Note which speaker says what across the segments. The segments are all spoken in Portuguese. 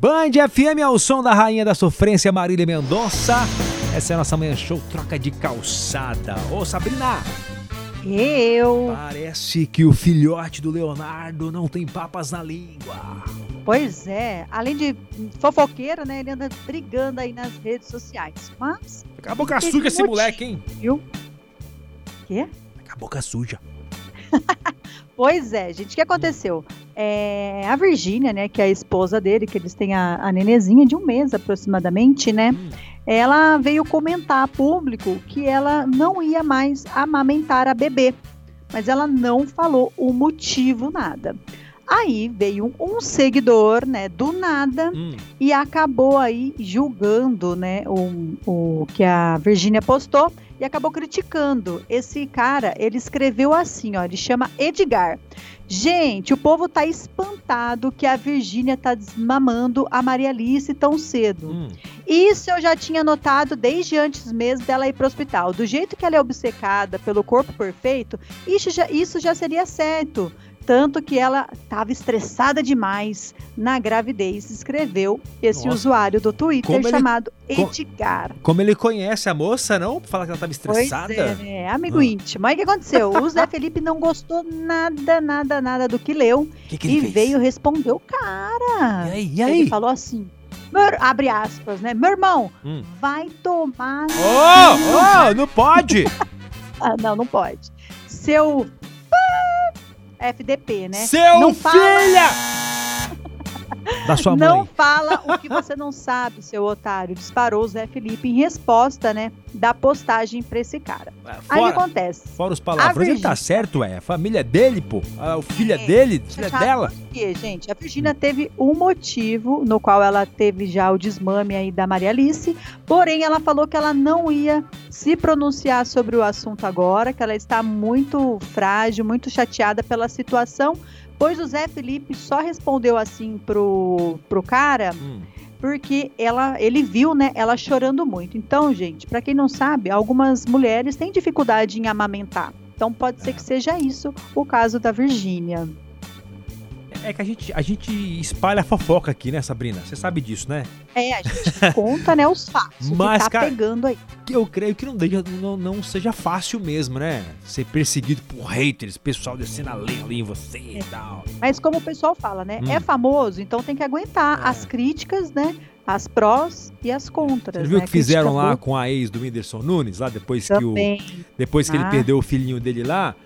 Speaker 1: Band FM ao som da rainha da sofrência, Marília Mendonça. Essa é a nossa manhã show Troca de Calçada. Ô, Sabrina!
Speaker 2: Eu.
Speaker 1: Parece que o filhote do Leonardo não tem papas na língua.
Speaker 2: Pois é. Além de fofoqueiro, né? Ele anda brigando aí nas redes sociais. Mas,
Speaker 1: Acabou com a
Speaker 2: Tem
Speaker 1: suja esse
Speaker 2: motivo.
Speaker 1: moleque, hein?
Speaker 2: quê?
Speaker 1: Acabou com a suja.
Speaker 2: Pois é, gente. O que aconteceu? É, a Virgínia, né? Que é a esposa dele, que eles têm a, a nenezinha de um mês aproximadamente, né?
Speaker 1: Hum.
Speaker 2: Ela veio comentar a público que ela não ia mais amamentar a bebê. Mas ela não falou o motivo, nada. Aí veio um seguidor, né, do nada,
Speaker 1: Hum.
Speaker 2: e acabou aí julgando né, o, o que a Virgínia postou e acabou criticando. Esse cara, ele escreveu assim, ó, ele chama Edgar. Gente, o povo tá espantado que a Virgínia tá desmamando a Maria Alice tão cedo.
Speaker 1: Hum.
Speaker 2: Isso eu já tinha notado desde antes mesmo dela ir pro hospital. Do jeito que ela é obcecada pelo corpo perfeito, isso já, isso já seria certo. Tanto que ela estava estressada demais na gravidez, escreveu esse
Speaker 1: Nossa.
Speaker 2: usuário do Twitter
Speaker 1: Como ele-
Speaker 2: chamado
Speaker 1: co-
Speaker 2: Edgar.
Speaker 1: Como ele conhece a moça, não? Pra falar que ela tava estressada.
Speaker 2: Pois é, né? Amigo
Speaker 1: Ah.
Speaker 2: íntimo. Aí o que aconteceu? O Zé Felipe não gostou nada, nada, nada do que leu
Speaker 1: O que, que
Speaker 2: e
Speaker 1: ele fez?
Speaker 2: veio responder o cara.
Speaker 1: E aí, e
Speaker 2: Ele
Speaker 1: aí?
Speaker 2: falou assim, "Meu- abre aspas, né? Meu irmão,
Speaker 1: Hum. Oh.
Speaker 2: vai tomar
Speaker 1: Ô, ô, não pode!
Speaker 2: Ah, não, não pode. Seu FDP, né?
Speaker 1: Seu
Speaker 2: Não fala.
Speaker 1: filha! Da sua
Speaker 2: não
Speaker 1: mãe.
Speaker 2: fala o que você não sabe, seu otário. Disparou o Zé Felipe em resposta, né? Da postagem pra esse cara.
Speaker 1: É,
Speaker 2: Aí o que
Speaker 1: Fora,
Speaker 2: acontece?
Speaker 1: fora os palavrões,
Speaker 2: A
Speaker 1: ele tá
Speaker 2: Virgínia-
Speaker 1: certo, é. A família dele, pô. A, a filha
Speaker 2: Ah, É,
Speaker 1: dele, a filha
Speaker 2: Sabe
Speaker 1: dela.
Speaker 2: por quê, gente? A Virgínia teve um motivo no qual ela teve já o desmame aí da Maria Alice, porém ela falou que ela não ia se pronunciar sobre o assunto agora, que ela está muito frágil, muito chateada pela situação, pois o Zé Felipe só respondeu assim pro, pro cara
Speaker 1: Hum.
Speaker 2: porque ela, ele viu, né, ela chorando muito. Então, gente, pra quem não sabe, algumas mulheres têm dificuldade em amamentar. Então pode ser
Speaker 1: É.
Speaker 2: que seja isso o caso da Virgínia.
Speaker 1: É que a gente, a gente espalha fofoca aqui, né, Sabrina? Você sabe disso, né?
Speaker 2: É, a gente conta, né, os fatos. o
Speaker 1: Mas,
Speaker 2: que tá
Speaker 1: cara-
Speaker 2: pegando aí.
Speaker 1: Que eu creio que não, deixa- não, não seja fácil mesmo, né? Ser perseguido por haters, pessoal descendo a lei ali em você e tal.
Speaker 2: Mas como o pessoal fala, né?
Speaker 1: Hum.
Speaker 2: É famoso, então tem que aguentar
Speaker 1: É.
Speaker 2: as críticas, né? As prós e as contras.
Speaker 1: Você viu o
Speaker 2: né?
Speaker 1: que fizeram
Speaker 2: Crítica
Speaker 1: lá
Speaker 2: boa
Speaker 1: com a ex do Whindersson Nunes, lá depois que, o,
Speaker 2: Também.
Speaker 1: depois que ele
Speaker 2: Ah.
Speaker 1: perdeu o filhinho dele lá?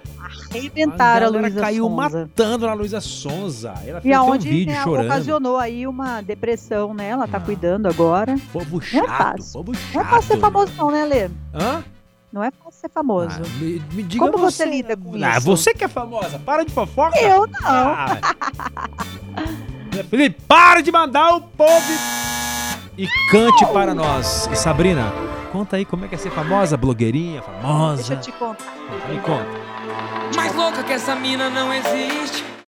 Speaker 2: Arrebentaram a
Speaker 1: galera
Speaker 2: Luísa
Speaker 1: caiu
Speaker 2: Sonza.
Speaker 1: matando a Luísa Sonza. Ela
Speaker 2: E
Speaker 1: fez até um
Speaker 2: aonde
Speaker 1: vídeo
Speaker 2: né,
Speaker 1: chorando.
Speaker 2: ocasionou aí uma depressão, né? Ela tá
Speaker 1: Ah.
Speaker 2: cuidando agora.
Speaker 1: Povo chato,
Speaker 2: é fácil.
Speaker 1: povo chato.
Speaker 2: Não é fácil ser famoso, não, né, Lê?
Speaker 1: Hã?
Speaker 2: Não é fácil ser
Speaker 1: Ah,
Speaker 2: famoso.
Speaker 1: me, me diga
Speaker 2: Como você lida com
Speaker 1: Ah,
Speaker 2: isso?
Speaker 1: você que é famosa, para de fofoca.
Speaker 2: Eu não.
Speaker 1: Ah. Zé Felipe, para de mandar o povo e cante para nós. E Sabrina, conta aí como é que é ser famosa, blogueirinha,
Speaker 2: Deixa eu
Speaker 1: famosa.
Speaker 2: te contar.
Speaker 1: Me conta.
Speaker 3: Mais louca que essa mina não existe.